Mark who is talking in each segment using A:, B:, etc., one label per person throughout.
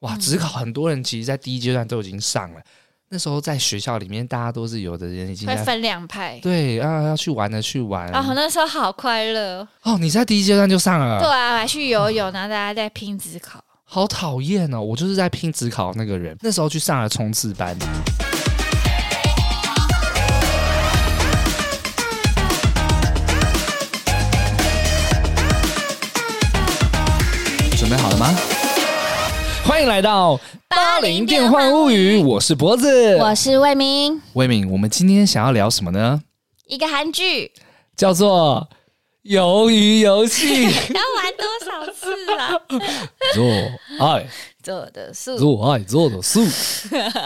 A: 哇，职考很多人其实，在第一阶段都已经上了。那时候在学校里面，大家都是有的人已经
B: 会
A: 在
B: 分两派。
A: 对啊，要去玩的去玩。
B: 啊、那时候好快乐，
A: 哦，你在第一阶段就上了，
B: 对啊，还去游泳，然后大家在拼职考。
A: 好讨厌哦！我就是在拼职考那个人，那时候去上了冲刺班。准备好了吗？欢迎来到《八零电幻物语》，我是脖子，
B: 我是魏明，
A: 魏敏。我们今天想要聊什么呢？
B: 一个韩剧
A: 叫做《鱿鱼游戏》。
B: 要玩多少次啊？
A: 做爱，
B: 做的数
A: 做爱，做的 素。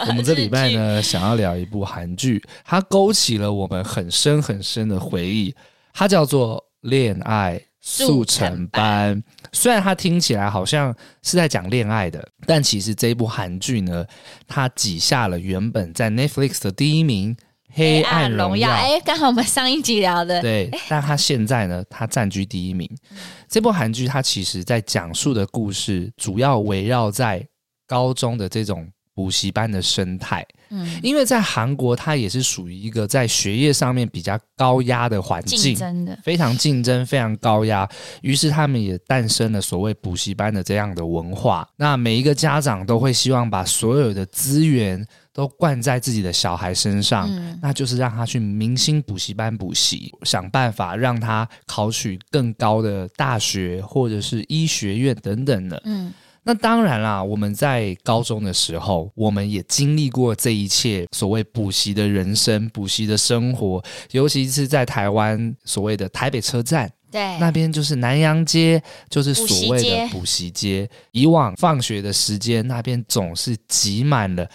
A: 我们这礼拜呢，想要聊一部韩剧，它勾起了我们很深很深的回忆，它叫做《恋爱速成班》。虽然它听起来好像是在讲恋爱的，但其实这一部韩剧呢，它挤下了原本在 Netflix 的第一名《黑暗荣耀》。
B: 哎、刚好我们上一集聊的，
A: 对，但它现在呢，它占据第一名。
B: 嗯
A: 这部韩剧它其实在讲述的故事，主要围绕在高中的这种补习班的生态。
B: 嗯，
A: 因为在韩国，它也是属于一个在学业上面比较高压的环
B: 竞
A: 境，
B: 争的，
A: 非常竞争，非常高压。于是他们也诞生了所谓补习班的这样的文化。那每一个家长都会希望把所有的资源都灌在自己的小孩身上，
B: 嗯，
A: 啊那就是让他去明星补习班补习，想办法让他考取更高的大学或者是医学院等等的。
B: 嗯，
A: 那当然啦，我们在高中的时候，我们也经历过这一切所谓补习的人生、补习的生活，尤其是在台湾所谓的台北车站。
B: 对，
A: 那边就是南洋街，就是所谓的哎补
B: 补
A: 习街。以往放学的时间，那边总是挤满了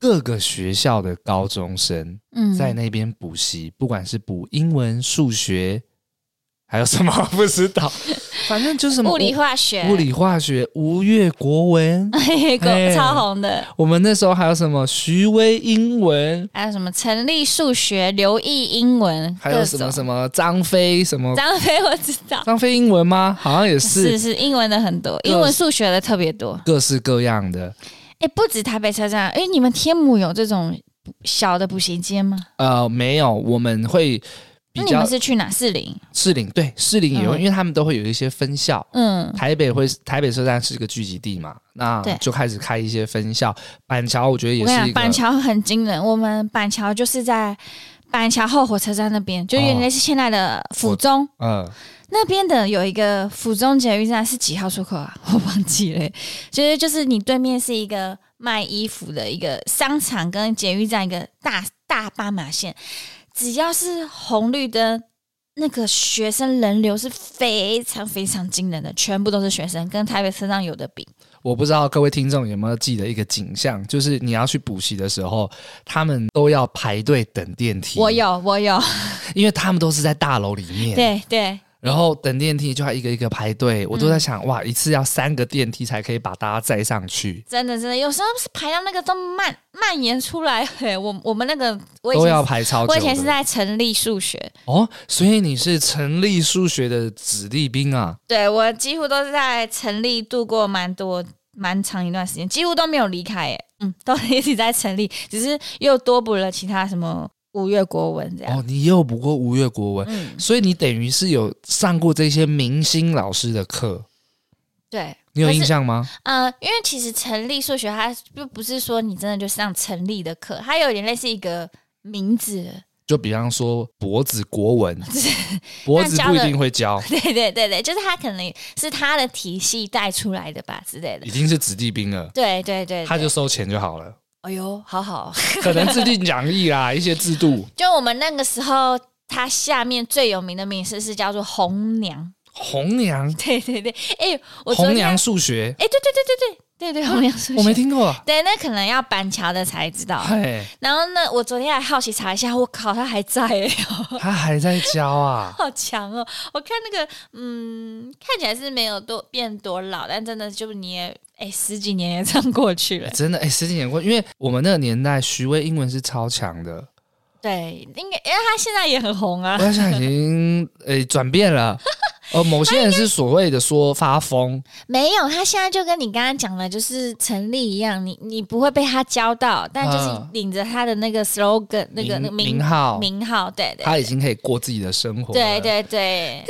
A: 各个学校的高中生
B: 嗯
A: 在那边补习，不管是补英文、数学，还有什么 不知 道，反正就是什么
B: 物理、化学，。
A: 物理、化学、吴越国文
B: 嘿狗
A: 哎
B: 超红的，
A: 我们那时候还有什么徐威英文，
B: 还有什么成立数学、留意英文，
A: 还有什么什么张飞什么
B: 么张飞我知道，
A: 张飞英文吗？好像也是
B: 是是英文的很多，英文数学的特别多。
A: 各式各样的。
B: 哎、不止台北车站，哎、你们天母有这种小的补习街吗？
A: 呃，没有，我们会比
B: 那你
A: 较
B: 们是去哪？士林？
A: 士林，对士林也有，
B: 嗯
A: 因为他们都会有一些分校。
B: 嗯，
A: 台北会台北车站是一个聚集地嘛，那
B: 对
A: 就开始开一些分校。板桥我觉得也
B: 我跟你
A: 是一
B: 讲，板
A: 个，
B: 桥很惊人，我们板桥就是在板桥后火车站那边，就
A: 哦
B: 原来是现在的府中、
A: 嗯，
B: 那边的有一个府中捷运站是几号出口啊？ 我忘记了，就是就是你对面是一个卖衣服的一个商场，跟捷运站一个大大斑马线，只要是红绿灯。那个学生人流是非常非常惊人的，全部都是学生，跟台北车站有的比。
A: 我不知道各位听众有没有记得一个景象，就是你要去补习的时候，他们都要排队等电梯。
B: 我，有，我有，
A: 因为他们都是在大楼里面。。
B: 对对，
A: 然后等电梯就要一个一个排队，我
B: 嗯
A: 都在想，哇，一次要三个电梯才可以把大家载上去，
B: 真的真的，有时候是排到那个都蔓蔓延出来。嘿，我我们那个我以
A: 都
B: 前
A: 要排超久的。
B: 我以前是在成立数学，
A: 哦，所以你是成立数学的子弟兵啊？
B: 对我几乎都是在成立度过蛮多蛮长一段时间，几乎都没有离开。哎，嗯，都一直在成立，只是又多补了其他什么五月国文这样。
A: 哦，你也有补过吴越国文，
B: 啊嗯，
A: 所以你等于是有上过这些明星老师的课，
B: 对，
A: 你有
B: 可是
A: 印象吗？
B: 呃，因为其实成立数学它就不是说你真的就上成立的课，它有点类似一个名字了。
A: 就比方说脖子国文，脖子不一定会教，
B: 对对对对，就是他可能是他的体系带出来的吧之类的
A: 已。经是子弟兵了，
B: 对对对，
A: 他
B: 对
A: 就收钱就好 了，
B: 哎呦，好好，
A: 可能制定讲义啦，一些制度。
B: 就我们那个时候，他下面最有名的名师是叫做红娘。
A: 红娘，
B: 对对对，哎、我
A: 红
B: 昨天
A: 娘，数学，
B: 哎、对对对对对对 对，红娘数学
A: 我没听过。哎
B: 对，那可能要板桥的才知道。
A: 嘿，
B: 然后呢，我昨天还好奇查一下，我靠，他还在哎、
A: 他还在教啊？
B: 好强哦！我看那个，嗯，看起来是没有多变多老，但真的就你也哎、十几年也这样过 去了。
A: 真的，哎、十几年过，因为我们那个年代，徐威英文是超强的，
B: 对，应该因为他现在也很红啊
A: 我。在想已经哎诶转变了，呃，某些人是所谓的说发疯，
B: 没有，他现在就跟你刚刚讲的，就是陈立一样，你你不会被他教到，但就是
A: 嗯
B: 领着他的那个 slogan，那
A: 名
B: 个那个
A: 名号
B: 名号，对 对
A: 他已经可以过自己的生活了。
B: 对对 对，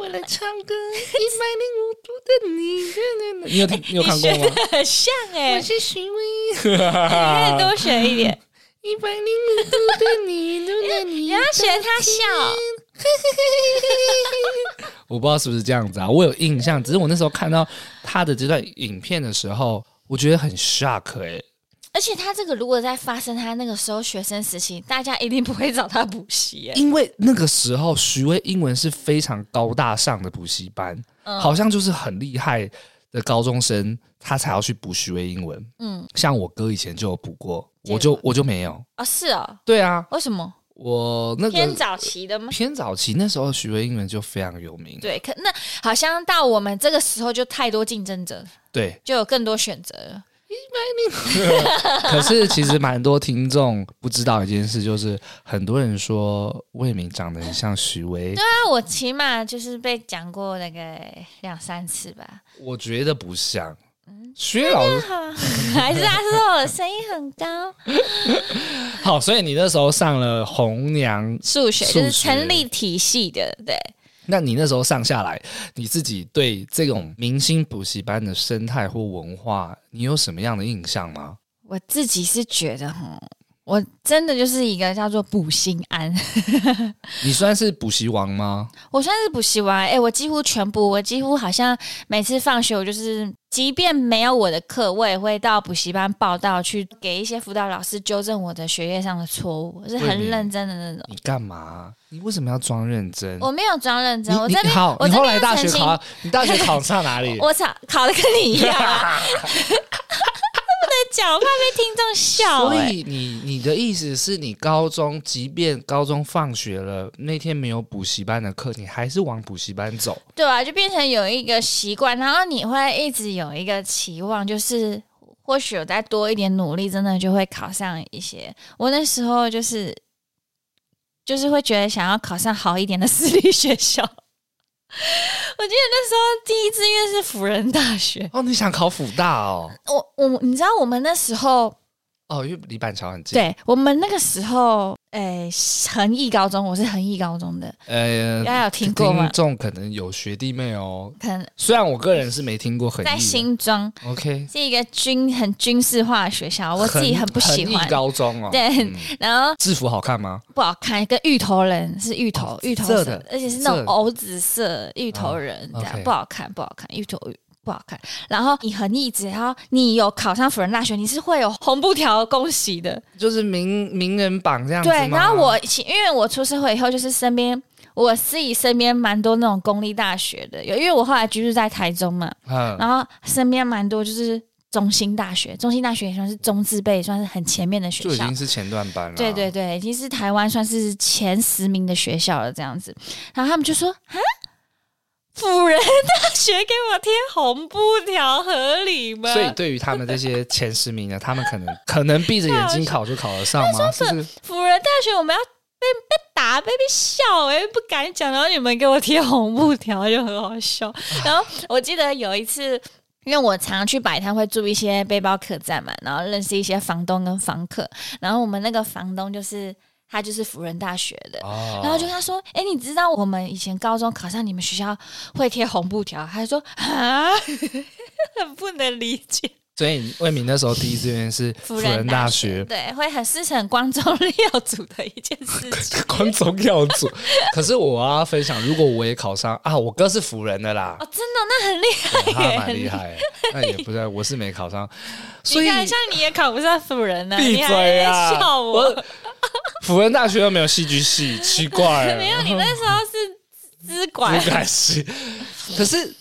A: 我来唱歌，一百零五度的你， 你有听你有看过吗？
B: 很像哎、
A: 是徐薇，
B: 你可以多学一点，
A: 一百零五度的你，度的
B: 你
A: 你
B: 要学他笑。
A: 我不知道是不是这样子啊，我有印象，只是我那时候看到他的这段影片的时候，我觉得很 shock 哎、
B: 而且他这个如果在发生他那个时候学生时期，大家一定不会找他补习、欸。
A: 因为那个时候徐威英文是非常高大上的补习班，
B: 嗯
A: 好像就是很厉害的高中生，他才要去补徐威英文。
B: 嗯，
A: 像我哥以前就有补过，
B: 结果
A: 我就我就没有。
B: 哦，是哦，
A: 对啊，
B: 为什么
A: 我那个
B: 偏早期的吗？
A: 偏早期那时候徐威英文就非常有名。
B: 对，可那好像到我们这个时候就太多竞争者，
A: 对，
B: 就有更多选择了。
A: 可是其实蛮多听众不知道一件事，就是很多人说魏敏长得很像许巍，
B: 那啊我起码就是被讲过那个两三次 吧。
A: 我觉得不像。
B: 嗯
A: 徐老师
B: 好，还是他说我的声音很高。
A: 好，所以你那时候上了红娘，
B: 数学就
A: 数
B: 是
A: 学
B: 成立体系的，对，
A: 那你那时候上下来，你自己对这种明星补习班的生态或文化，你有什么样的印象吗？
B: 我自己是觉得哈，我真的就是一个叫做补心安。
A: 你算是补习王吗？
B: 我算是补习完，哎、我几乎全部，我几乎好像每次放学，我就是即便没有我的课，我也会到补习班报道，去给一些辅导老师纠正我的学业上的错误，我是
A: 为
B: 很
A: 你
B: 认真的那种。
A: 你干嘛？你为什么要装认真？
B: 我没有装认真，我
A: 嗯你
B: 这
A: 你
B: 边
A: 好，
B: 我
A: 你
B: 这
A: 后
B: 边
A: 来
B: 要
A: 大
B: 澄
A: 学
B: 清
A: 考，你大学考上哪 里？
B: 我考考的跟你一样、 啊， 不能讲，我怕被听众笑、
A: 所
B: 欸。
A: 以你你的意思是你高中，即便高中放学了，那天没有补习班的课，你还是往补习班走？
B: 对啊，就变成有一个习惯，然后你会一直有一个期望，就是或许有再多一点努力，真的就会考上一些。我那时候就是就是会觉得想要考上好一点的私立学校。 我记得那时候第一志愿是辅仁大学，
A: 哦，你想考辅大哦？
B: 我我你知道我们那时候
A: 哦，因为离板桥很近。，
B: 对我们那个时候，诶、恒毅高中，我是恒毅高中的，
A: 呃，
B: 大家有听过吗
A: 听？众可能有学弟妹哦，
B: 可能
A: 虽然我个人是没听过很
B: 在新庄，
A: OK，
B: 是一个军很军事化的学校，我自己很不喜
A: 恒
B: 欢
A: 毅。高中哦，
B: 对
A: 嗯
B: 然后
A: 制服好看吗？
B: 不好看，跟芋头人是芋头
A: 哦，
B: 芋头
A: 色
B: 色
A: 的
B: 而且是那
A: 色
B: 种
A: 的
B: 藕紫色芋头人，
A: 哦
B: 这样
A: OK
B: 不好看，不好看，芋头不好看。然后你很逆，只要你有考上辅仁大学，你是会有红布条恭喜的。
A: 就是名名人榜这样子吗
B: 对，然后我其因为我出社会以后，就是身边我自己身边蛮多那种公立大学的，有因为我后来居住在台中嘛，
A: 嗯，
B: 然后身边蛮多就是中兴大学，中兴大学也算是中字辈，算是很前面的学
A: 就已
B: 校
A: 经。是前段班了。啊
B: 对对，对，已经是台湾算是前十名的学校了，这样子。然后他们就说：“啊，辅仁大学给我贴红布条，合理吗？”
A: 所以对于他们这些前十名呢，他们可能可能闭着眼睛考就考得上 吗？是不是？
B: 辅仁大学我们要被被打、被被笑、欸，哎，不敢讲。然后你们给我贴红布条，就很 好笑。然后我记得有一次。因为我常去摆摊，会住一些背包客栈嘛，然后认识一些房东跟房客。然后我们那个房东就是他，就是辅仁大学的，
A: 哦
B: 然后就跟他说：“哎、你知道我们以前高中考上你们学校会贴红布条？”他就说：“啊，很 不能理解。
A: 所以魏敏那时候第一志愿是
B: 辅
A: 辅
B: 仁
A: 仁
B: 大
A: 大
B: 学
A: 学，
B: 对，会很是很光宗耀祖的一件事情。”
A: 光宗耀祖。可是我要分享，如果我也考上啊，我哥是辅仁的啦
B: 哦，，真的，那很厉害。
A: 对他蛮厉害。那也不是，我是没考上， 所以
B: 你看，像你也考不上辅仁呢、
A: 闭
B: 你还在
A: 嘴
B: 那
A: 啊！
B: 边笑我。
A: 辅仁大学又没有戏剧系，奇怪了，
B: 没有，你那时候是资管
A: 不，敢是。可是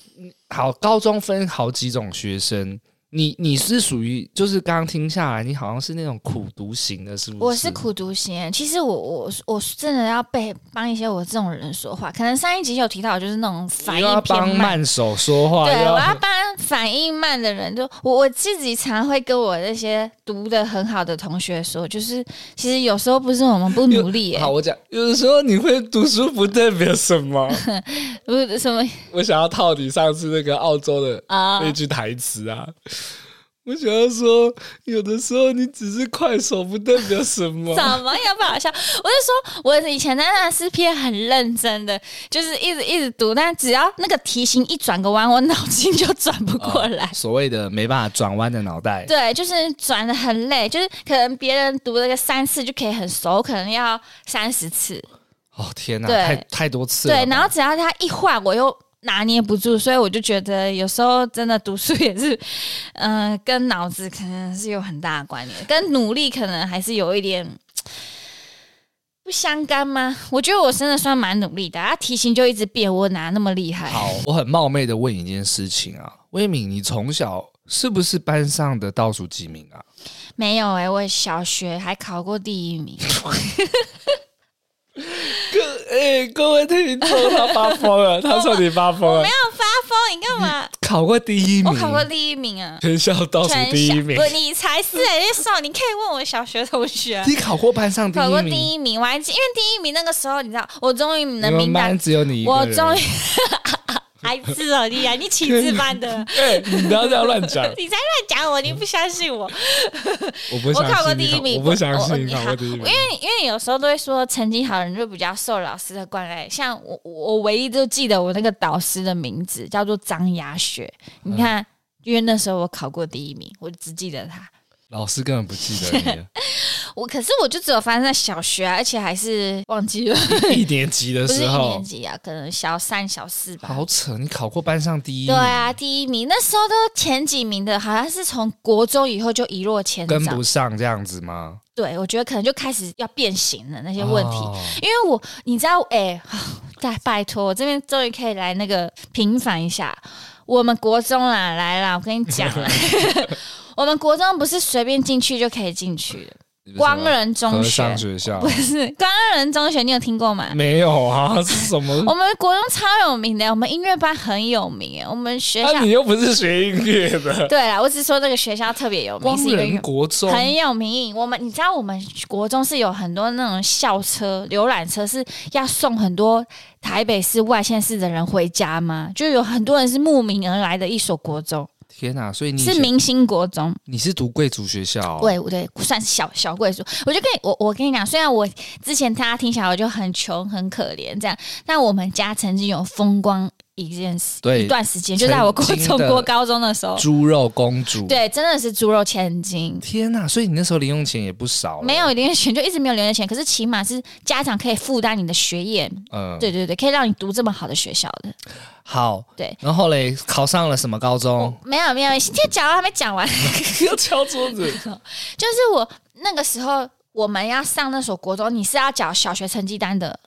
A: 好，高中分好几种学生，你你是属于就是刚刚听下来，你好像是那种苦读型的，是不是？
B: 我是苦读型欸人，其实我我我真的要被帮一些我这种人说话。可能上一集有提到，就是那种反
A: 又要
B: 应偏
A: 帮
B: 慢，
A: 慢手说话，
B: 对，
A: 又
B: 我要帮反应慢的人。就我我自己常会跟我那些读的很好的同学说，就是其实有时候不是我们不努力、欸，
A: 好，我讲，有的时候你会读书不代表什么。
B: 我什么
A: 我想要套你上次那个澳洲的
B: 啊？
A: 那句台词啊，我想要说，有的时候你只是快手不代表什么
B: 怎。么也不好笑？我就说，我以前在那诗篇很认真的，就是一直一直读，但只要那个题型一转个弯，我脑筋就转不过来。
A: 所谓的没办法转弯的脑袋，
B: 对，就是转的很累，就是可能别人读了个三次就可以很熟，我可能要三十次。
A: 哦天哪，
B: 对
A: 太太多次了吧。
B: 对，然后只要他一换，我又拿捏不住，所以我就觉得有时候真的读书也是， 嗯、跟脑子可能是有很大的关联，跟努力可能还是有一点。不相干吗？我觉得我真的算蛮努力的，啊，题型就一直变，我哪那么厉害？
A: 好，我很冒昧的问一件事情啊，魏敏，你从小是不是班上的倒数几名啊？
B: 没有哎、我小学还考过第 一名，
A: 各哎、各位听众，他发疯了，他说你发疯了，
B: 发疯你干嘛？
A: 考过第一名，
B: 我考过第一名啊！
A: 全校嗯倒数
B: 全
A: 第
B: 校
A: 一名
B: 不，，你才是哎、那时候你可以问我小学同学。啊
A: 你考过班上第
B: 考
A: 一
B: 过
A: 名，
B: 第一名，我还记，因为第一名那个时候，你知道，我终于
A: 你
B: 能
A: 们
B: 明白
A: 班，只有你一个
B: 我
A: 人
B: 终于， 孩子好厉害，你启智班的，
A: 哎、你不要这样乱讲，
B: 你才乱讲我，你不相信我，
A: 我不
B: 我
A: 相信
B: 考过
A: 你
B: 第一名，
A: 我不相
B: 我
A: 信你
B: 你
A: 考
B: 好
A: 过第一名，
B: 因为因为有时候都会说成绩好的人就比较受老师的关爱，像我我我唯一就记得我那个导师的名字叫做张雅雪，你看，
A: 嗯
B: 因为那时候我考过第一名，我只记得他。
A: 老师根本不记得你了
B: 我可是我就只有发生在小学、啊，而且还是忘记了，
A: 一年级的
B: 不是
A: 时
B: 一
A: 候
B: 年，级啊，可能小三、小四吧。
A: 好扯，你考过班上第一
B: 对
A: 名，
B: 啊，第一名那时候都前几名的，好像是从国中以后就一落千
A: 跟
B: 丈
A: 不。上这样子吗？
B: 对，我觉得可能就开始要变形了那些问题，
A: 哦
B: 因为我你知道，哎、再拜托，我这边终于可以来那个平反一下。我们国中啦，来啦，我跟你讲 啦， 我们国中不是随便进去就可以进去的，光仁中
A: 啊和
B: 学
A: 尚啊学校
B: 不是光仁中学，你有听过吗？
A: 没有啊？是什 么？
B: 我们国中超有名的，我们音乐班很有名耶，我们学校、
A: 啊，你又不是学音乐的，
B: 对啦，我只说那个学校特别有名，
A: 光
B: 是因
A: 仁
B: 为
A: 国中
B: 很有名。我们你知道，我们国中是有很多那种校车、游览车，是要送很多台北市外县市的人回家吗？就有很多人是慕名而来的一所国中，
A: 天哪、所以你以前
B: 是明星国中。
A: 你是读贵族学校、哦，
B: 对对，算是小小贵族。我就跟你我我跟你讲，虽然我之前大家听起来我就很穷很可怜这样，但我们家曾经有风光一件事
A: 对
B: 一段时间，就在我国
A: 曾经
B: 中
A: 的
B: 国高中的时候，
A: 猪肉公主。，
B: 对，真的是猪肉千金。
A: 天哪、所以你那时候零用钱也不少，哦
B: 没有，零用钱就一直没有零用钱，可是起码是家长可以负担你的学业，
A: 嗯，
B: 对对对，可以让你读这么好的学校的。
A: 好，
B: 对，哦
A: 然后嘞，考上了什么高中？
B: 没有没有，今天讲完还没讲完，
A: 要 敲桌子，
B: 就是我那个时候我们要上那所国中，你是要缴小学成绩单的。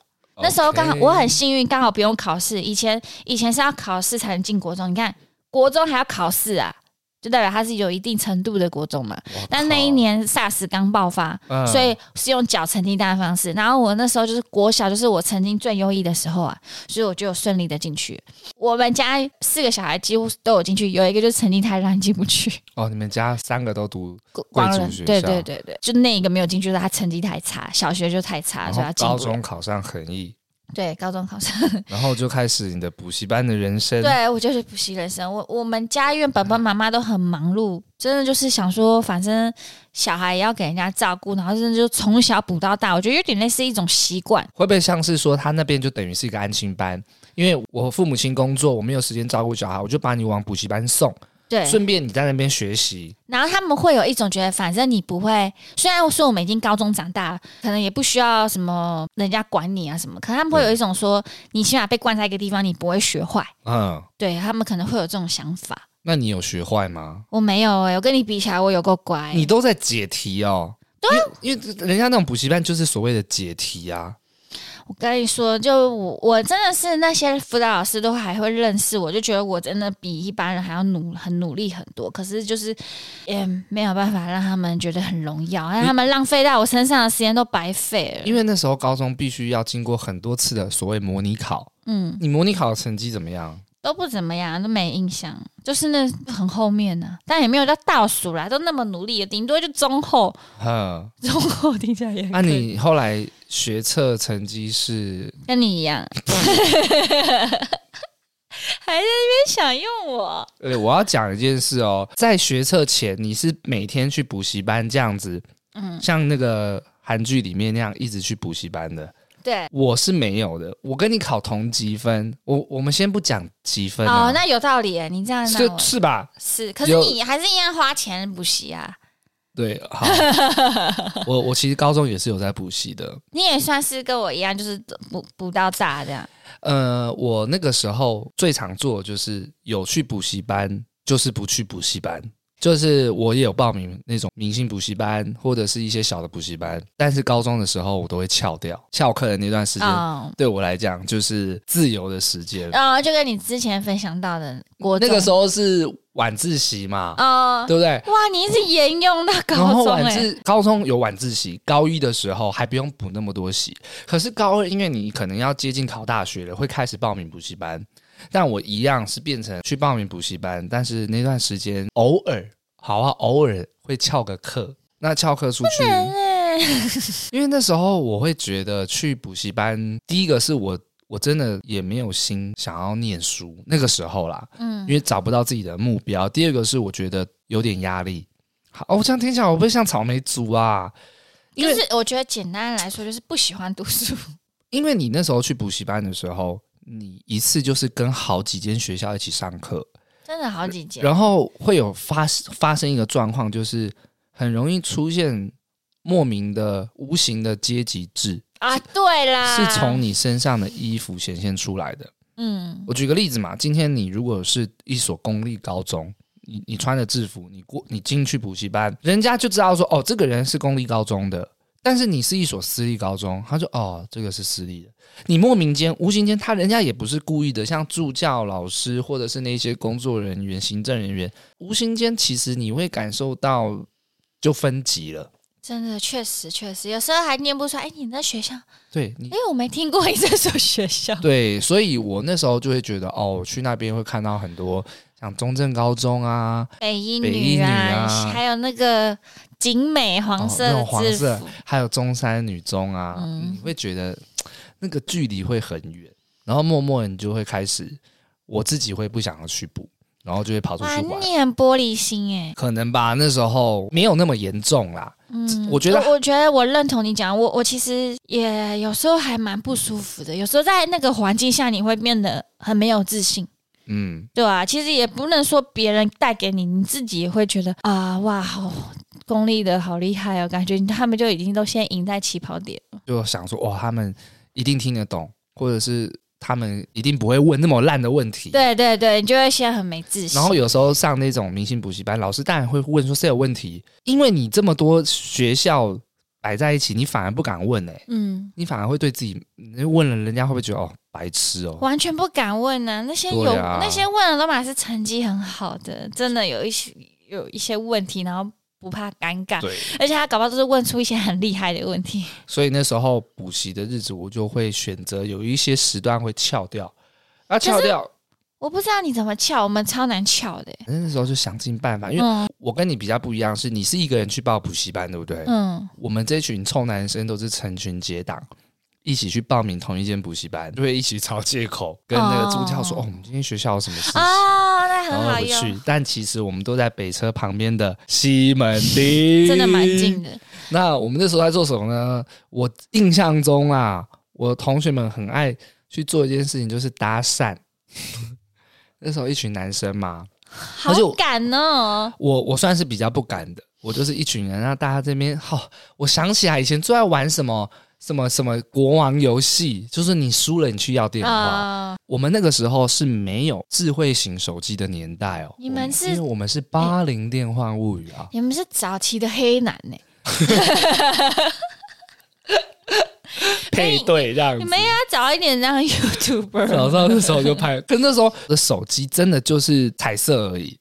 B: 那时候刚好
A: OK
B: 我很幸运，刚好不用考试。以前以前是要考试才能进国中，你看国中还要考试啊，就代表它是有一定程度的国中嘛。
A: 我靠
B: 但那一，年 SARS 刚爆发，
A: 嗯
B: 所以是用缴成绩单的方式。然后我那时候就是国小，就是我曾经最优异的时候啊，所以我就有顺利的进去。我们家四个小孩几乎都有进去，有一个就是成绩太烂进不去，
A: 哦，你们家三个都读， 贵
B: 光
A: 族
B: 人
A: 学校
B: 对对对对，就那一个没有进去，就是他成绩太差，小学就太差，
A: 然
B: 所
A: 后
B: 以他啊进
A: 高
B: 不了。
A: 中考上恒毅，
B: 对高中考上，
A: 然后就开始你的补习班的人生。，
B: 对我就是补习人生。我我们家因为爸爸妈妈都很忙碌，真的就是想说，反正小孩也要给人家照顾，然后真的就从小补到大，我觉得有点类似一种习惯。
A: 会不会像是说他那边就等于是一个安亲班？因为我父母亲工作，我没有时间照顾小孩，我就把你往补习班送，
B: 对，
A: 顺便你在那边学习。
B: 然后他们会有一种觉得，反正你不会，虽然说我们已经高中长大了，可能也不需要什么人家管你啊什么，可他们会有一种说，你起码被关在一个地方，你不会学坏。
A: 嗯，
B: 对他们可能会有这种想法。
A: 那你有学坏吗？
B: 我没有哎、我跟你比起来，我有够乖。
A: 你都在解题哦。对，因为人家那种补习班就是所谓的解题啊。
B: 我跟你说，就我我真的是那些辅导老师都还会认识我，就觉得我真的比一般人还要努很努力很多。可是就是也没有办法让他们觉得很荣耀，让他们浪费到我身上的时间都白费了。
A: 因为那时候高中必须要经过很多次的所谓模拟考，
B: 嗯，
A: 你模拟考的成绩怎么样？
B: 都不怎么样，都没印象，就是那很后面呢、但也没有到倒数啦，都那么努力，顶多就中后，
A: 哼，
B: 中后听起来也很
A: 那、
B: 可
A: 啊你后来学测成绩是
B: 跟你一样， 还在那边想用我，
A: 呃，我要讲一件事哦，在学测前你是每天去补习班这样子，
B: 嗯，
A: 像那个韩剧里面那样一直去补习班的，
B: 对。
A: 我是没有的。我跟你考同积分，我我们先不讲积分、啊、
B: 哦，那有道理耶，你这样拿
A: 是
B: 我
A: 是吧？
B: 是，可是
A: 有
B: 你还是一样花钱补习啊，
A: 对， 好，我我其实高中也是有在补习的，
B: 你也算是跟我一样，就是补补到大这样。
A: 呃，我那个时候最常做的就是有去补习班，就是不去补习班。就是我也有报名那种明星补习班，或者是一些小的补习班，但是高中的时候我都会翘掉，翘课的那段时间，
B: 嗯，
A: 对我来讲就是自由的时间。
B: 嗯，就跟你之前分享到的国
A: 那
B: 中
A: 个时候是晚自习嘛，
B: 哦，
A: 对不对？
B: 哇，你一直沿用到
A: 然
B: 高
A: 后
B: 中
A: 晚
B: 哎，
A: 自高中有晚自习，高一的时候还不用补那么多习。可是高二，因为你可能要接近考大学了，会开始报名补习班。但我一样是变成去报名补习班，但是那段时间偶尔，好啊，偶尔会翘个课。那翘课出去，
B: 嗯
A: 因为那时候我会觉得去补习班，第一个是我我真的也没有心想要念书，那个时候啦，
B: 嗯
A: 因为找不到自己的目标。第二个是我觉得有点压力。好，哦，这样听起来我会不会像草莓族啊？因
B: 就
A: 为、
B: 是我觉得简单来说，就是不喜欢读书。
A: 因为你那时候去补习班的时候，你一次就是跟好几间学校一起上课，
B: 真的好几节，
A: 然后会有发发生一个状况，就是很容易出现莫名的无形的阶级制，
B: 啊，对啦，
A: 是从你身上的衣服显现出来的。
B: 嗯
A: 我举个例子嘛，今天你如果是一所公立高中，你你穿着制服，你过你进去补习班，人家就知道说哦，这个人是公立高中的，但是你是一所私立高中，他说哦，这个是私立的，你莫名间无形间，他人家也不是故意的，像助教老师或者是那些工作人员、行政人员，无形间其实你会感受到就分级了，
B: 真的确实确实，有时候还念不出来。哎，你那学校，
A: 对你
B: 因为我没听过你这所学校。
A: 对，所以我那时候就会觉得哦，我去那边会看到很多像中正高中啊。
B: 北一
A: 北一
B: 女
A: 女
B: 啊，
A: 啊
B: 还有那个景美黄色
A: 哦那
B: 的
A: 种黄
B: 制服，
A: 色还有中山女中啊，
B: 嗯
A: 你会觉得那个距离会很远，然后默默你就会开始，我自己会不想要去补，然后就会跑出
B: 哇，
A: 去玩。
B: 你很玻璃心哎、
A: 可能吧，那时候没有那么严重啦。
B: 嗯，
A: 我觉得
B: 我，我觉得我认同你讲，我我其实也有时候还蛮不舒服的，有时候在那个环境下，你会变得很没有自信，
A: 嗯，
B: 对啊，其实也不能说别人带给你，你自己也会觉得啊，哇，好功利的好厉害哦，感觉他们就已经都先赢在起跑点了，
A: 就想说哇，他们一定听得懂，或者是他们一定不会问那么烂的问题。。
B: 对对对，你就会先很没自信，
A: 然后有时候上那种明星补习班，老师当然会问说谁有问题，因为你这么多学校摆在一起，你反而不敢问哎、
B: 嗯。
A: 你反而会对自己你问了，人家会不会觉得哦白痴哦？
B: 完全不敢问呢、那些有、
A: 对啊
B: 那些问的都嘛是成绩很好的，真的有一些有一些问题，然后不怕尴尬，
A: 对，
B: 而且他搞不好都是问出一些很厉害的问题。
A: 所以那时候补习的日子，我就会选择有一些时段会翘掉，啊
B: 可是
A: 翘掉，
B: 我不知道你怎么撬，我们超难撬的、
A: 反正那时候就想尽办法，因为
B: 嗯
A: 我跟你比较不一样，是你是一个人去报补习班，对不对？
B: 嗯，
A: 我们这群臭男生都是成群结党。一起去报名同一间补习班，就会一起找借口，跟那个助教说：“
B: 哦
A: 哦，我们今天学校有什么事情？”
B: 哦，那
A: 哎然
B: 很
A: 后
B: 好
A: 不去
B: 用，。
A: 但其实我们都在北车旁边的西门町，
B: 真的蛮 近的。
A: 那我们那时候在做什么呢？我印象中啊，我同学们很爱去做一件事情，就是搭讪。 那时候一群男生嘛，
B: 好
A: 而且我
B: 感哦，
A: 我我算是比较不敢的，我就是一群人，让大家这边好、我想起来以前最爱玩什么什么什么国王游戏，就是你输了你去要电话。
B: 啊、
A: 我们那个时候是没有智慧型手机的年代哦，
B: 你们
A: 我
B: 是
A: 因为我们是八零电话物语啊，
B: 你们欸是早期的黑男呢、
A: 配对这样
B: 你
A: 子
B: 们。要早一点让 YouTuber
A: 早上那时候就拍， 可是那时候的手机真的就是彩色而 已。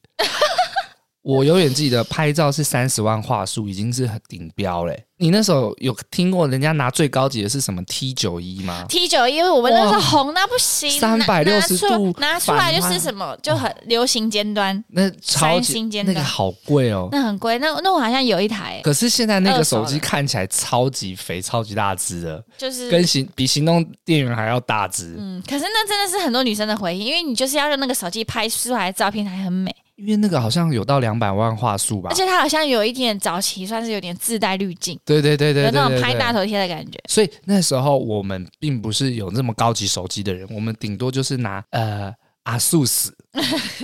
A: 我永远记得拍照是三十万画素，已经是很顶标嘞、你那时候有听过人家拿最高级的是什么 T 九一吗？
B: T 九一，因为我们那时候红到不行，拿
A: 360度
B: 拿出来拿出
A: 反
B: 来就是
A: 弯
B: 什么就很流行尖端，
A: 那超
B: 三
A: 级
B: 星尖
A: 那
B: 的
A: 个好贵哦、
B: 那很贵。那那我好像有一台，
A: 可是现在那个手
B: 二手
A: 机
B: 的
A: 看起来超级肥、超级大只的，
B: 就是
A: 跟行比行动电源还要大只。
B: 嗯，可是那真的是很多女生的回忆，因为你就是要用那个手机拍出来的照片才很美，
A: 因为那个好像有到两百万画素吧
B: 而？且它好像有一点早期算是有点自带滤镜，
A: 对对对
B: 有
A: 对对
B: 那
A: 对
B: 种拍
A: 对
B: 大头贴的感觉。
A: 所以那时候我们并不是有那么高级手机的人，我们顶多就是拿呃阿素 斯，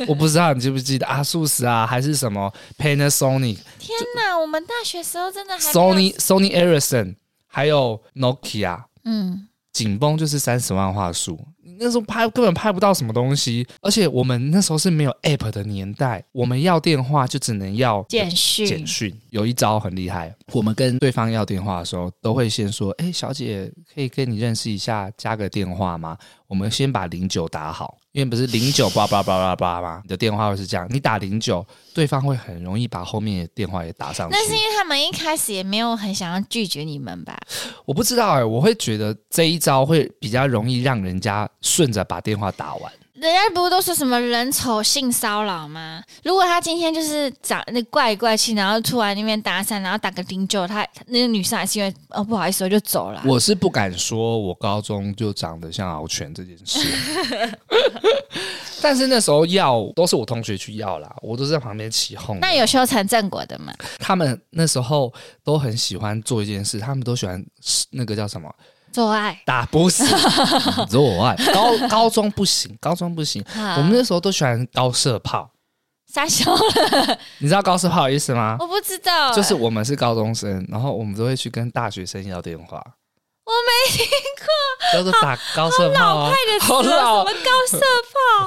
A: 我不知道你记不记得阿素斯啊，还是什么 Panasonic、
B: 天哪，我们大学时候真的 还没有
A: Sony、Sony Ericsson，还有 Nokia。
B: 嗯，
A: 紧绷就是三十万画素，那时候拍根本拍不到什么东西，而且我们那时候是没有 App 的年代，我们要电话就只能要
B: 简讯
A: 简讯有一招很厉害，我们跟对方要电话的时候，都会先说：“哎、小姐，可以跟你认识一下，加个电话吗？”我们先把零九打好，因为不是零九叭叭叭叭叭吗？你的电话会是这样，你打零九，对方会很容易把后面的电话也打上去。
B: 那是因为他们一开始也没有很想要拒绝你们吧？
A: 我不知道哎、我会觉得这一招会比较容易让人家顺着把电话打完。
B: 人家不是都说什么人丑性骚扰吗？如果他今天就是长那怪里怪气，然后突然那边搭讪，然后打个零九，他那个女生还是因为哦不好意思，我就走了。
A: 我是不敢说我高中就长得像敖犬这件 事，但是那时候要都是我同学去要啦，我都是在旁边起哄的。
B: 那有修成正果的吗？
A: 他们那时候都很喜欢做一件事，他们都喜欢那个叫什么
B: 做爱。
A: 打不 死做爱。高高中不行，高中不行，
B: 我
A: 我们那时候都喜欢高射炮。
B: 傻笑了，
A: 你知道高射炮的意思吗？
B: 我不知道、
A: 就是
B: 哎
A: 我们是高中生，然后我们都会去跟大学生要电话。
B: 我没听
A: 叫做打高射炮啊，好
B: 过什么高射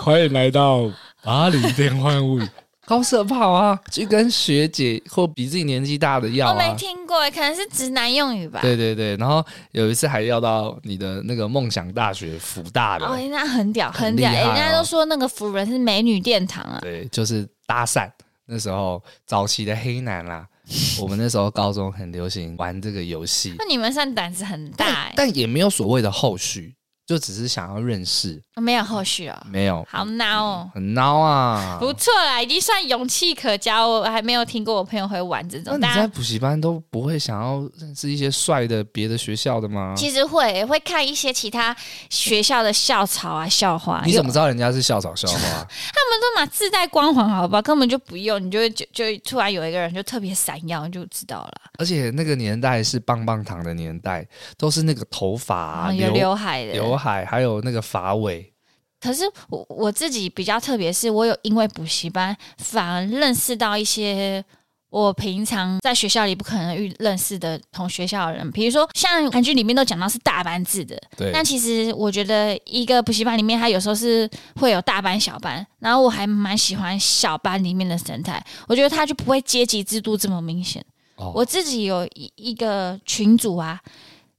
A: 欢迎来到巴黎电幻物语。高射炮啊，去跟学姐或比自己年纪大的要
B: 炮，我没
A: 啊。
B: 听过、哎可能是直男用语吧。
A: 对对对，然后有一次还要到你的那个梦想大学福大的，
B: 哦，那很屌，
A: 很
B: 很屌，
A: 厉害
B: 哎人家
A: 哦
B: 都说那个辅仁是美女殿堂啊。
A: 对，就是搭讪。那时候早期的黑男啦、 我们那时候高中很流行玩这个游戏，
B: 那你们算胆子很大、
A: 但
B: 哎
A: 但也没有所谓的后续，就只是想要认识，
B: 没有后续哦，
A: 没有
B: 好孬哦。
A: 很孬啊。
B: 不错啦，已经算勇气可嘉。我还没有听过我朋友会玩这
A: 那
B: 种，
A: 你在
B: 大家
A: 补习班都不会想要认识一些帅的别的学校的吗？
B: 其实会会看一些其他学校的校草啊、校花。
A: 你怎么
B: 有
A: 知道人家是校草校花？啊
B: 他们都嘛自带光环，好不好？根本就不用，你就会就就突然有一个人就特别闪耀，你就知道了。
A: 而且那个年代是棒棒糖的年代，都是那个头发、
B: 然
A: 啊、
B: 后哦有
A: 刘
B: 刘海的，
A: 刘海，还有啊那个发尾。
B: 可是我我自己比较特别，是我有因为补习班反而认识到一些我平常在学校里不可能遇认识的同学校的人，比如说像韩剧里面都讲到是大班制的，
A: 对
B: 但其实我觉得一个补习班里面，它有时候是会有大班、小班，然后我还蛮喜欢小班里面的生态，我觉得它就不会阶级制度这么明显。
A: 哦
B: 我自己有一一个群组啊，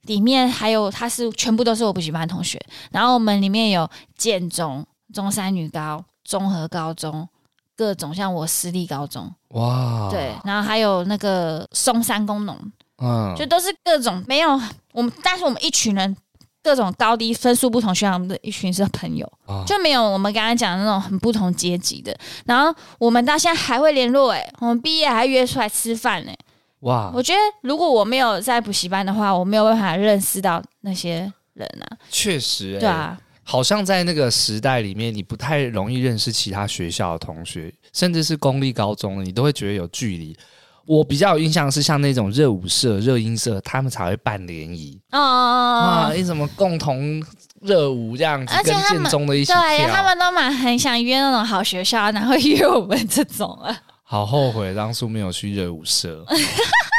B: 里面还有他是全部都是我补习班同学，然后我们里面有建中、中山女高、综合高中。各种像我私立高中，
A: 哇，
B: 对，，然后还有那个松山工农，
A: 嗯，
B: 就都是各种没有我们，但是我们一群人各种高低分数不同，学校我们的一群是朋友，
A: 啊
B: 就没有我们刚刚讲的那种很不同阶级的。然后我们到现在还会联络、欸，我们毕业还约出来吃饭、欸，
A: 哇
B: 我，觉得如果我没有在补习班的话，我没有办法认识到那些人啊，
A: 确实、欸，
B: 对，啊，
A: 好像在那个时代里面，你不太容易认识其他学校的同学，甚至是公立高中的，你都会觉得有距离。我比较有印象是像那种热舞社、热音社，他们才会办联谊
B: 嗯嗯
A: 啊，
B: 嗯嗯。
A: 一什么共同热舞这样子
B: 而，且
A: 跟
B: 他们
A: 建中的一起
B: 对啊
A: 跳，，
B: 他们都蛮很想约那种好学校，哪会约我们这种啊？
A: 好后悔当初没有去热舞社，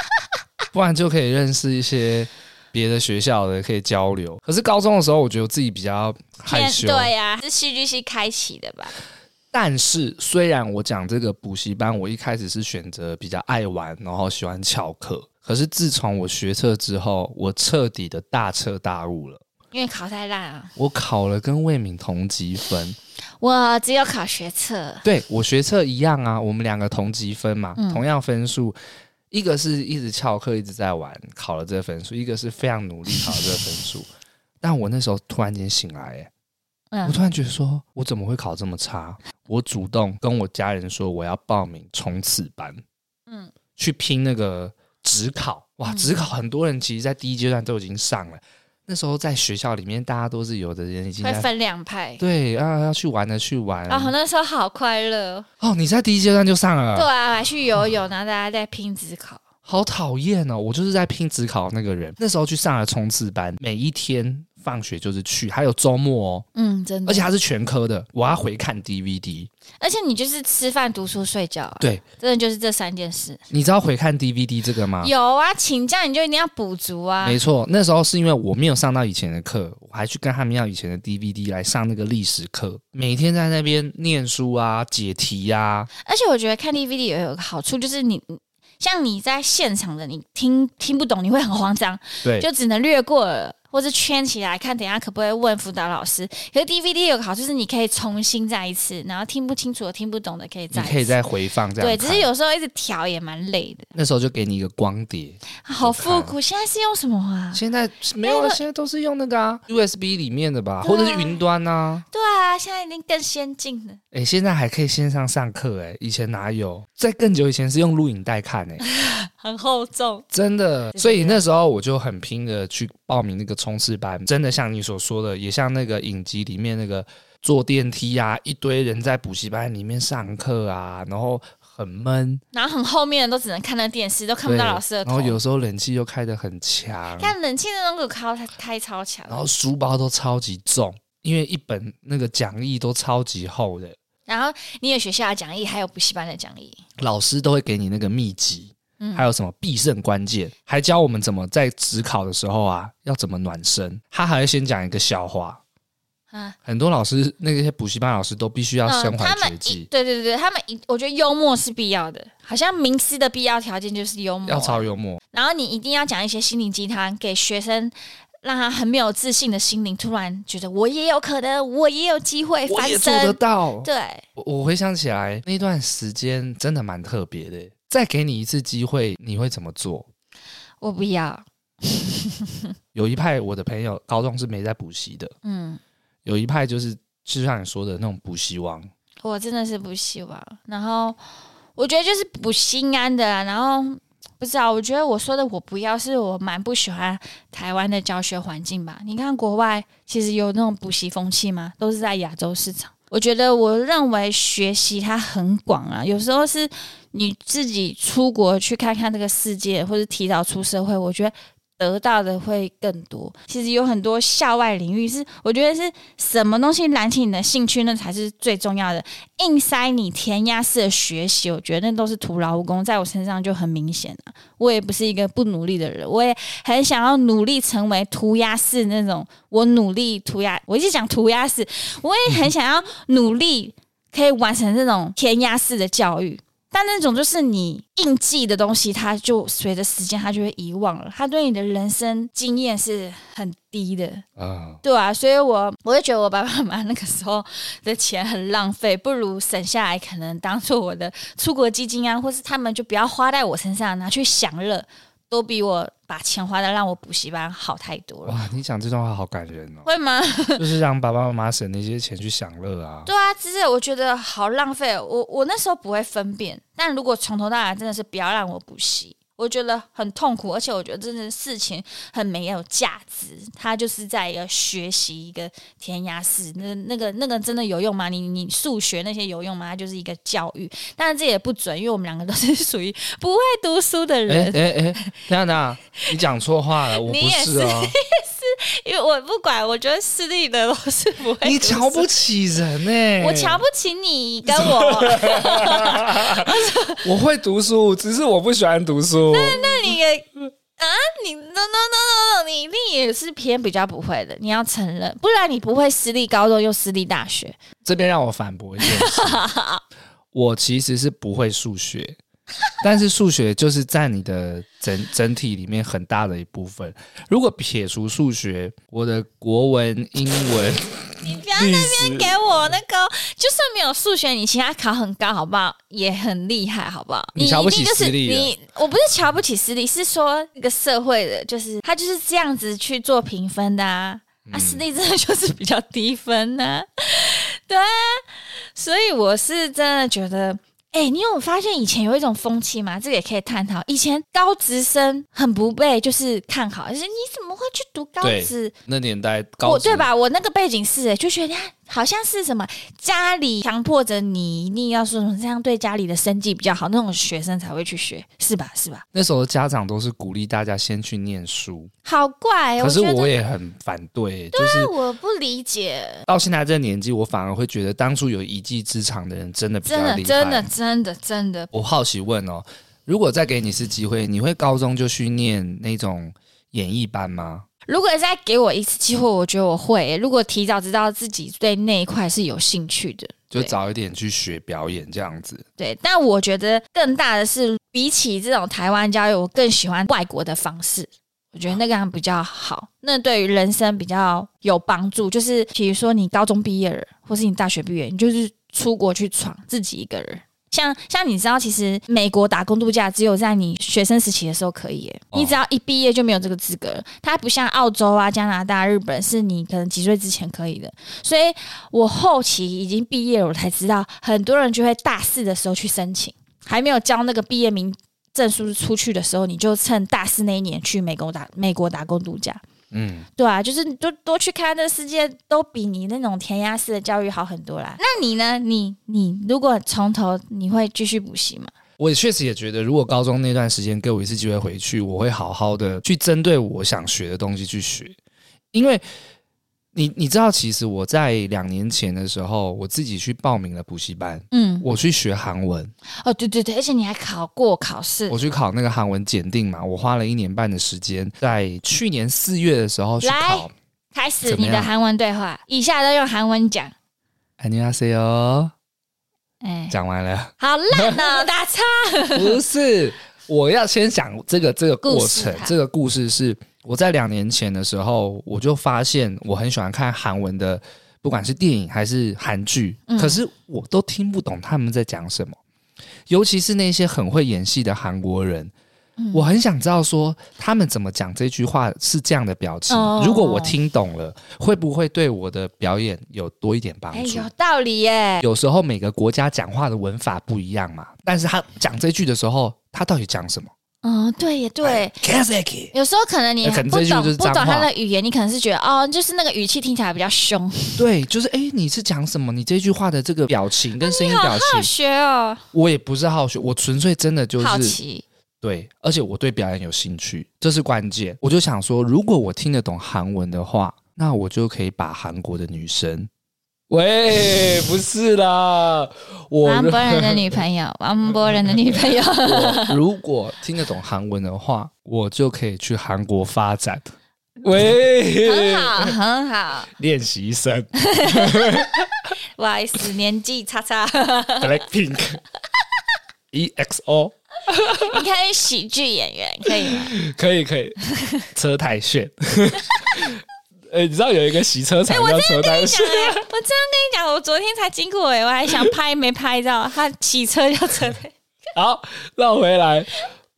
A: 不然就可以认识一些别的学校的，可以交流。可是高中的时候，我觉得我自己比较害
B: 天，啊
A: 羞，
B: 对呀、是戏剧系开启的吧？
A: 但是虽然我讲这个补习班，我一开始是选择比较爱玩，然后喜欢翘课，可是自从我学测之后，我彻底的大彻大悟了。
B: 因为考太烂啊，
A: 我考了跟魏敏同积分，
B: 我只有考学测。
A: 对我学测一样啊，我们两个同积分嘛，
B: 嗯
A: 同样分数，一个是一直翘课一直在玩，考了这个分数；一个是非常努力考了这个分 数。但我那时候突然间醒来、欸，我
B: 嗯
A: 突然觉得说，我怎么会考这么差？我主动跟我家人说，我要报名冲刺班，
B: 嗯，
A: 去拼那个职考。哇，
B: 嗯
A: 职考很多人其实，在第一阶段都已经上了。那时候在学校里面，大家都是有的人已经
B: 会
A: 在
B: 分两派。
A: 对啊，要去玩的去玩。
B: 啊，我那时候好快乐，
A: 哦，你在第一阶段就上
B: 对
A: 了，
B: 啊，我还去游泳，然后大家在拼职考，
A: 好讨厌哦！我就是在拼职考那个人。那时候去上了冲刺班，每一天放学就是去，还有周末哦，
B: 嗯，真的，
A: 而且它是全科的，我要回看 DVD。
B: 而且你就是吃饭、读书、睡觉、啊，
A: 对，
B: 真的就是这三件事。
A: 你知道回看 DVD 这个吗？
B: 有啊，请假你就一定要补足啊，
A: 没错，那时候是因为我没有上到以前的课，我还去跟他们要以前的 DVD 来上那个历史课，每天在那边念书啊、解题啊。
B: 而且我觉得看 DVD 也有个好处，就是你像你在现场的，你听听不懂，你会很慌张，
A: 对，
B: 就只能略过了，或是圈起来看，等一下可不可以问辅导老师。可是 DVD 有个好处就是你可以重新再一次，然后听不清楚的、听不懂的可以
A: 你
B: 再一次
A: 可以再回放这样
B: 对，
A: 看。
B: 只是有时候一直调也蛮累的，
A: 那时候就给你一个光碟，
B: 啊好复古。现在是用什么 啊？
A: 现在没有，啊，现在都是用那个啊 USB 里面的吧，或者是云端啊。
B: 对啊，现在一定更先进了。
A: 哎、现在还可以线上上课哎、以前哪有？在更久以前是用录影带 看哎、
B: 很厚重，
A: 真的，
B: 谢谢
A: 所以那时候我就很拼的去报名那个冲刺班，真的像你所说的，也像那个影集里面那个坐电梯啊，一堆人在补习班里面上课啊，然后很闷，
B: 然后很后面的都只能看到电视，都看不
A: 对
B: 到老师的
A: 然
B: 头
A: 后。有时候冷气又开得很强，
B: 看冷气的那个开开超强，
A: 然后书包都超级重，因为一本那个讲义都超级厚的，
B: 然后你有学校的讲义，还有补习班的讲义，
A: 老师都会给你那个秘籍，
B: 嗯
A: 还有什么必胜关键，还教我们怎么在职考的时候啊，要怎么暖身。他还会先讲一个笑话，
B: 啊，
A: 很多老师那些补习班老师都必须要身
B: 嗯，他
A: 怀
B: 们
A: 绝
B: 一
A: 技，
B: 对对对，他们一我觉得幽默是必要的，好像名师的必要条件就是幽默啊
A: 要，超幽默。
B: 然后你一定要讲一些心灵鸡汤给学生。让他很没有自信的心灵突然觉得我也有可能，我也有机会
A: 我
B: 哎翻
A: 也做得
B: 身。
A: 到。
B: 对，
A: 我我回想起来那段时间真的蛮特别的。再给你一次机会，你会怎么做？
B: 我不要。
A: 有一派我的朋友高中是没在补习的，
B: 嗯，
A: 有一派就是就像你说的那种补习王，
B: 我真的是不希望。然后我觉得就是不心安的啊啦。然后不知道，我觉得我说的我不要，是我蛮不喜欢台湾的教学环境吧。你看国外其实有那种补习风气吗？都是在亚洲市场。我觉得，我认为学习它很广啊，有时候是你自己出国去看看这个世界，或者提早出社会，我觉得得到的会更多。其实有很多校外领域是，我觉得是什么东西燃起你的兴趣，那才是最重要的。硬塞你填鸭式的学习，我觉得那都是徒劳无功，在我身上就很明显了、我也不是一个不努力的人，我也很想要努力成为涂鸦式那种。我努力涂鸦，我一直讲涂鸦式，我也很想要努力可以完成这种填鸭式的教育。但那种就是你印记的东西，它就随着时间，它就会遗忘了，它对你的人生经验是很低的。
A: 嗯，
B: 对啊，所以我我会觉得我爸爸妈妈那个时候的钱很浪费，不如省下来，可能当做我的出国基金啊，或是他们就不要花在我身上，拿去享乐，都比我把钱花的让我补习班好太多了，，
A: 哇，你讲这段话好感人哦
B: 会吗？
A: 就是让爸爸妈妈省那些钱去享乐啊。
B: 对啊，只是我觉得好浪费哦。我我那时候不会分辨，但如果从头到尾真的是不要让我补习，我觉得很痛苦，而且我觉得这件事情很没有价值。它就是在一个学习一个填鸭式，那那个那个真的有用吗？你你数学那些有用吗？它就是一个教育，当然这也不准，因为我们两个都是属于不会读书的人。
A: 哎哎哎，等一下等一下，你讲错话了，我
B: 你
A: 不
B: 也
A: 是 哦，
B: 因为我不管，我觉得私立的都是不会。
A: 你瞧不，起人欸呢、
B: 我瞧不起你跟我。
A: 我会读书，只是我不喜欢读书。
B: 那你也嗯啊你 no no no no no，你一定也是偏比较不会的，你要承认，不然你不会私立高中又私立大学。
A: 这边让我反驳一件 事，我其实是不会数学，但是数学就是在你的整整体里面很大的一部分。如果撇除数学，我的国文、英文、
B: 你不要
A: 历
B: 先
A: 史
B: 给我那个，就算没有数学，你其他考很高，好不好？也很厉害，好不好？
A: 你瞧不起
B: 一定就是
A: 私立了
B: 你，我不是瞧不起私立，是说这个社会的，就是他就是这样子去做评分的啊。啊，
A: 嗯
B: 私立真的就是比较低分呢、 对啊，所以我是真的觉得。哎、你有发现以前有一种风气吗？这个也可以探讨。以前高职生很不被就是看好，就是你怎么会去读高
A: 对
B: 职？
A: 那年代高
B: 我
A: 职
B: 对？吧？我那个背景是、欸，就觉得啊好像是什么家里强迫着你一定要说什么这样对家里的生计比较好，那种学生才会去学，是吧？是吧？
A: 那时候的家长都是鼓励大家先去念书，
B: 好怪、欸，
A: 可是
B: 我觉
A: 我
B: 得
A: 也很反对，就是
B: 我不理解，
A: 到现在这个年纪，我反而会觉得当初有一技之长的人真的比较
B: 真的
A: 厉害。
B: 真的真的真的，
A: 我好奇问哦，如果再给你一次机会，你会高中就去念那种演艺班吗？
B: 如果再给我一次机会，我觉得我会欸、如果提早知道自己对那一块是有兴趣的，
A: 就
B: 对
A: 早一点去学表演这样子。
B: 对，但我觉得更大的是，比起这种台湾教育，我更喜欢外国的方式。我觉得那个样比较好，那对于人生比较有帮助。就是比如说你高中毕业了，或是你大学毕业，你就是出国去闯，自己一个人。像像你知道，其实美国打工度假只有在你学生时期的时候可以耶，
A: 哦
B: 你只要一毕业就没有这个资格了。它不像澳洲啊、加拿大、日本，是你可能几岁之前可以的。所以我后期已经毕业了，我才知道很多人就会大四的时候去申请，还没有交那个毕业名证书出去的时候，你就趁大四那一年去美国打美国打工度假。
A: 嗯，
B: 对啊，就是你多多去看这个世界，都比你那种填鸭式的教育好很多啦。那你呢？你你如果从头，你会继续补习吗？
A: 我确实也觉得，如果高中那段时间给我一次机会回去，我会好好的去针对我想学的东西去学，因为。你你知道，其实我在两年前的时候，我自己去报名了补习班，
B: 嗯，
A: 我去学韩文，
B: 哦，对对对，而且你还考过考试
A: 我，去考那个韩文检定嘛，我花了一年半的时间，在去年四月的时候去考。
B: 开始
A: 怎么
B: 你的
A: 样
B: 韩文对话，以下都用韩文讲。
A: 안녕하세요，
B: 哎，
A: 讲完了，
B: 好烂哦，大差。
A: 不是，我要先讲这个这个过
B: 故事
A: 程
B: 哈，
A: 这个故事是我在两年前的时候，我就发现我很喜欢看韩文的，不管是电影还是韩剧，
B: 嗯
A: 可是我都听不懂他们在讲什么，尤其是那些很会演戏的韩国人，
B: 嗯
A: 我很想知道说他们怎么讲这句话是这样的表情。
B: 哦
A: 如果我听懂了，会不会对我的表演有多一点帮
B: 哎，
A: 助？
B: 有道理耶。
A: 有时候每个国家讲话的文法不一样嘛，但是他讲这句的时候，他到底讲什么？
B: 嗯，对也
A: 哎
B: 对。
A: Kazaki
B: 有时候可能你
A: 哎可能
B: 不
A: 这句
B: 懂
A: 就是
B: 不懂
A: 脏话
B: 他的语言，你可能是觉得哦，就是那个语气听起来比较凶，
A: 对， 就是哎、诶你是讲什么？你这句话的这个表情跟声音表
B: 好
A: 情，
B: 学哦，
A: 我也不是好学，我纯粹真的就
B: 好
A: 是
B: 奇。
A: 对，而且我对表演有兴趣，这是关键。我就想说，如果我听得懂韩文的话，那我就可以把韩国的女生，喂，不是啦，我
B: 王博仁的女朋 友，王博仁的女朋友，
A: 我如果听得懂韩文的话，我就可以去韩国发展。 喂
B: 很，好很好，
A: 练习生
B: 不好意思，年纪差差，
A: ，Blackpink 。EXO E
B: 你看是喜剧演员可以 吗？
A: 可以可以，车太炫。 呃、你知道有一个洗车场叫车太炫，
B: 对哎我真的跟你讲，我昨天才经过哎，我还想拍没拍到，他骑车就车 的，
A: 好，绕回来。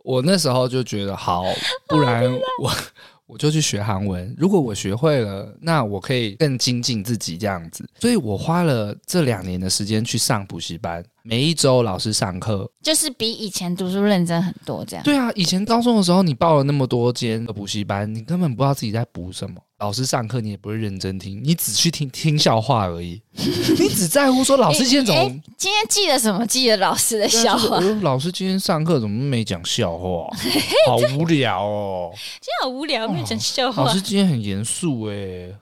A: 我那时候就觉得，好，不然我 我就去学韩文。如果我学会了，那我可以更精进自己这样子。所以我花了这两年的时间去上补习班，每一周老师上课。
B: 就是比以前读书认真很多这样。
A: 对啊，以前高中的时候，你报了那么多间的补习班，你根本不知道自己在补什么。老师上课你也不会认真听，你只去听听笑话而已，你只在乎说老师今天怎么
B: 哎今天记得什么？记得老师的
A: 对啊
B: 笑
A: 就是
B: 话，
A: 哎
B: 今
A: 呦老师今天上课怎么没讲笑话？好无聊哦。
B: 天好无聊，没有讲笑话
A: 老。师今天很严肃哎，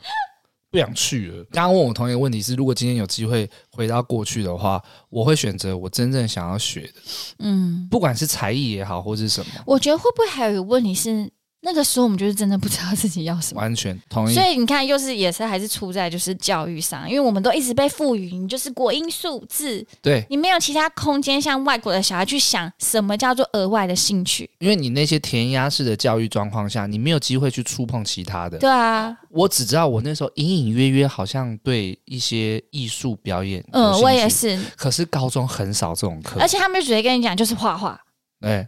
A: 不想去了。刚刚问我同一个问题是，如果今天有机会回到过去的话，我会选择我真正想要学的，
B: 嗯，
A: 不管是才艺也好，或是什么。
B: 我觉得会不会还有一个问题是，那个时候我们就是真的不知道自己要什么。
A: 完全同意
B: 所。以你看，又是也是还是出在就是教育上，因为我们都一直被赋予你就是国音数字，
A: 对，
B: 你没有其他空间像外国的小孩去想什么叫做额外的兴趣。
A: 因为你那些填鸭式的教育状况下，你没有机会去触碰其他的。
B: 对啊，
A: 我只知道我那时候隐隐约约好像对一些艺术表演，
B: 嗯，我也。是，
A: 可是高中很少这种课，
B: 而且他们就直接跟你讲就是画画，
A: 哎、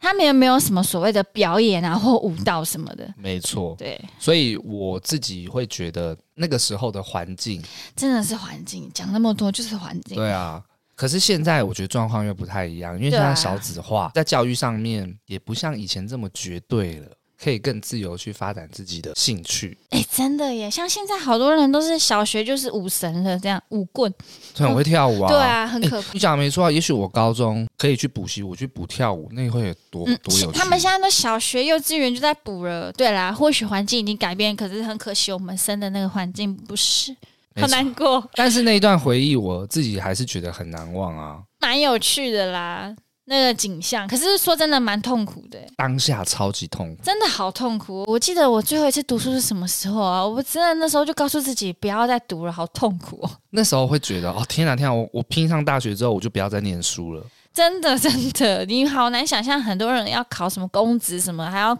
B: 他们也没有什么所谓的表演啊或舞蹈什么的。
A: 没错。
B: 对，
A: 所以我自己会觉得那个时候的环境，
B: 真的是环境，讲那么多就是环境。
A: 对啊。可是现在我觉得状况又不太一样，因为
B: 对
A: 现
B: 啊
A: 在少子化，在教育上面也不像以前这么绝对了，可以更自由去发展自己的兴趣。
B: 哎、真的耶！像现在好多人都是小学就是舞神了，这样舞棍，
A: 对，我会跳舞啊。
B: 对啊，很
A: 哎
B: 可怕。
A: 你讲得没错啊，也许我高中可以去补习，我去补跳舞，那会有多、
B: 嗯
A: 多有趣。
B: 他们现在都小学、幼稚园就在补了。对啦，或许环境已经改变，可是很可惜，我们生的那个环境不是，
A: 没
B: 好
A: 错
B: 难过，
A: 但是那一段回忆，我自己还是觉得很难忘啊。
B: 蛮有趣的啦。那个景象，可是说真的蛮痛苦的，欸
A: 当下超级痛苦，
B: 真的好痛苦。我记得我最后一次读书是什么时候啊？我真的那时候就告诉自己不要再读了，好痛苦哦，
A: 那时候会觉得哦，天哪天哪，我我拼上大学之后，我就不要再念书了。
B: 真的 真的，你好难想象很多人要考什么公职什么，还要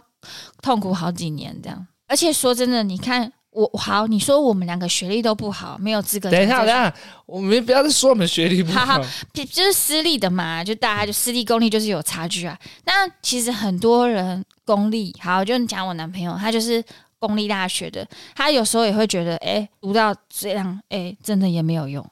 B: 痛苦好几年这样。而且说真的，你看我好，你说我们两个学历都不好，没有资格讲
A: 等
B: 这
A: 一下，等
B: 些。
A: 一下，我们不要再说我们学历不好
B: 好，就就是私立的嘛，就大家就私立公立就是有差距啊。那其实很多人公立，好，就你讲我男朋友，他就是公立大学的，他有时候也会觉得，哎、读到这样，哎、真的也没有用，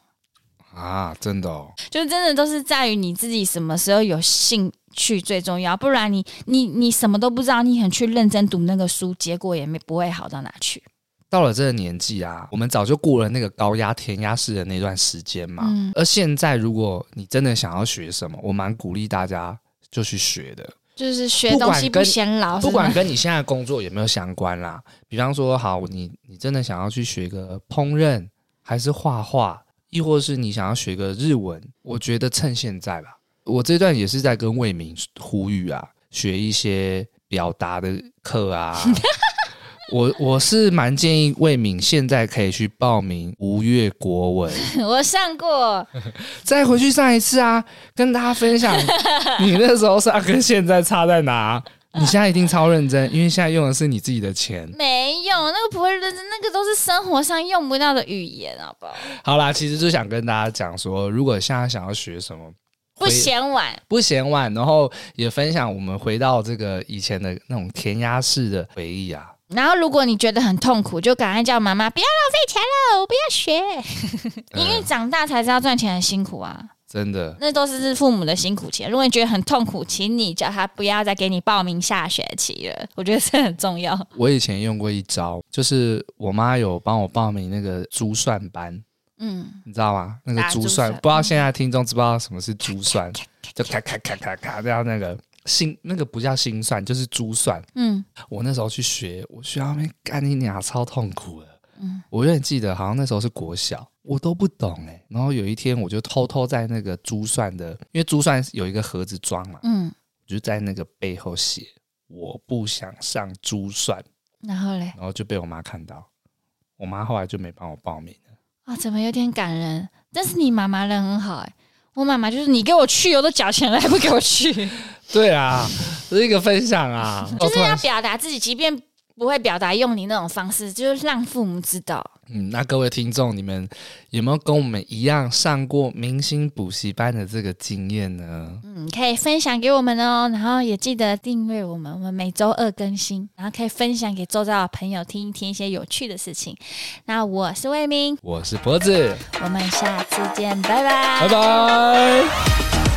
A: 啊，真的哦，
B: 就真的都是在于你自己什么时候有兴趣最重要，不然你你你什么都不知道，你很去认真读那个书，结果也没不会好到哪去。
A: 到了这个年纪啊，我们早就过了那个高压填鸭式的那段时间嘛。
B: 嗯
A: 而现在，如果你真的想要学什么，我蛮鼓励大家就去学的。
B: 就是学东西
A: 不管跟
B: 不嫌老，
A: 不
B: 啊是
A: 管
B: 吗
A: 跟你现在的工作有没有相关啦，比方说，好，你你真的想要去学个烹饪，还是画画，亦或是你想要学个日文，我觉得趁现在吧。我这段也是在跟魏明呼吁啊，学一些表达的课 啊。我我是蛮建议魏敏现在可以去报名吴越国文，
B: 我上过，
A: 再回去上一次啊，跟大家分享你那时候上跟现在差在哪。啊你现在一定超认真，因为现在用的是你自己的钱。
B: 没有，那个不会认真，那个都是生活上用不到的语言，好不好？
A: 好啦，其实就想跟大家讲说，如果现在想要学什么，
B: 不嫌晚，
A: 不嫌晚，然后也分享我们回到这个以前的那种填鸭式的回忆啊。
B: 然后如果你觉得很痛苦，就赶快叫妈妈不要浪费钱了，我不要学， 因
A: 嗯
B: 为长大才知道赚钱很辛苦啊，
A: 真的，
B: 那都是父母的辛苦钱。如果你觉得很痛苦，请你叫他不要再给你报名下学期了，我觉得这很重要。
A: 我以前用过一招，就是我妈有帮我报名那个珠算班，
B: 嗯，
A: 你知道吗？那个
B: 打
A: 珠
B: 珠
A: 算，
B: 算
A: 不知道现在听众知不知道什么是珠算？就咔咔咔咔咔，这样那个心，那个不叫心算，就是珠算。
B: 嗯，
A: 我那时候去学，我学到那边干你娘，超痛苦的。
B: 嗯
A: 我永远记得，好像那时候是国小，我都不懂哎、然后有一天，我就偷偷在那个珠算的，因为珠算有一个盒子装嘛，
B: 嗯，
A: 我就在那个背后写我不想上珠算，
B: 然后嘞，
A: 然后就被我妈看到。我妈后来就没帮我报名了。
B: 啊、怎么有点感人？但是你妈妈人很好哎、我妈妈就是你给我去，我都缴钱了，还不给我 去。
A: 对啊，这是一个分享啊，
B: 就是
A: 突然
B: 要表达自己，即便不会表达，用你那种方式，就是让父母知道。
A: 嗯，那各位听众，你们有没有跟我们一样上过明星补习班的这个经验呢？
B: 嗯，可以分享给我们哦，然后也记得订阅我们，我们每周二更新，然后可以分享给周遭的朋友听一听一些有趣的事情。那我是魏明，
A: 我是脖子，
B: 我们下次见，拜
A: 拜
B: 拜
A: 拜。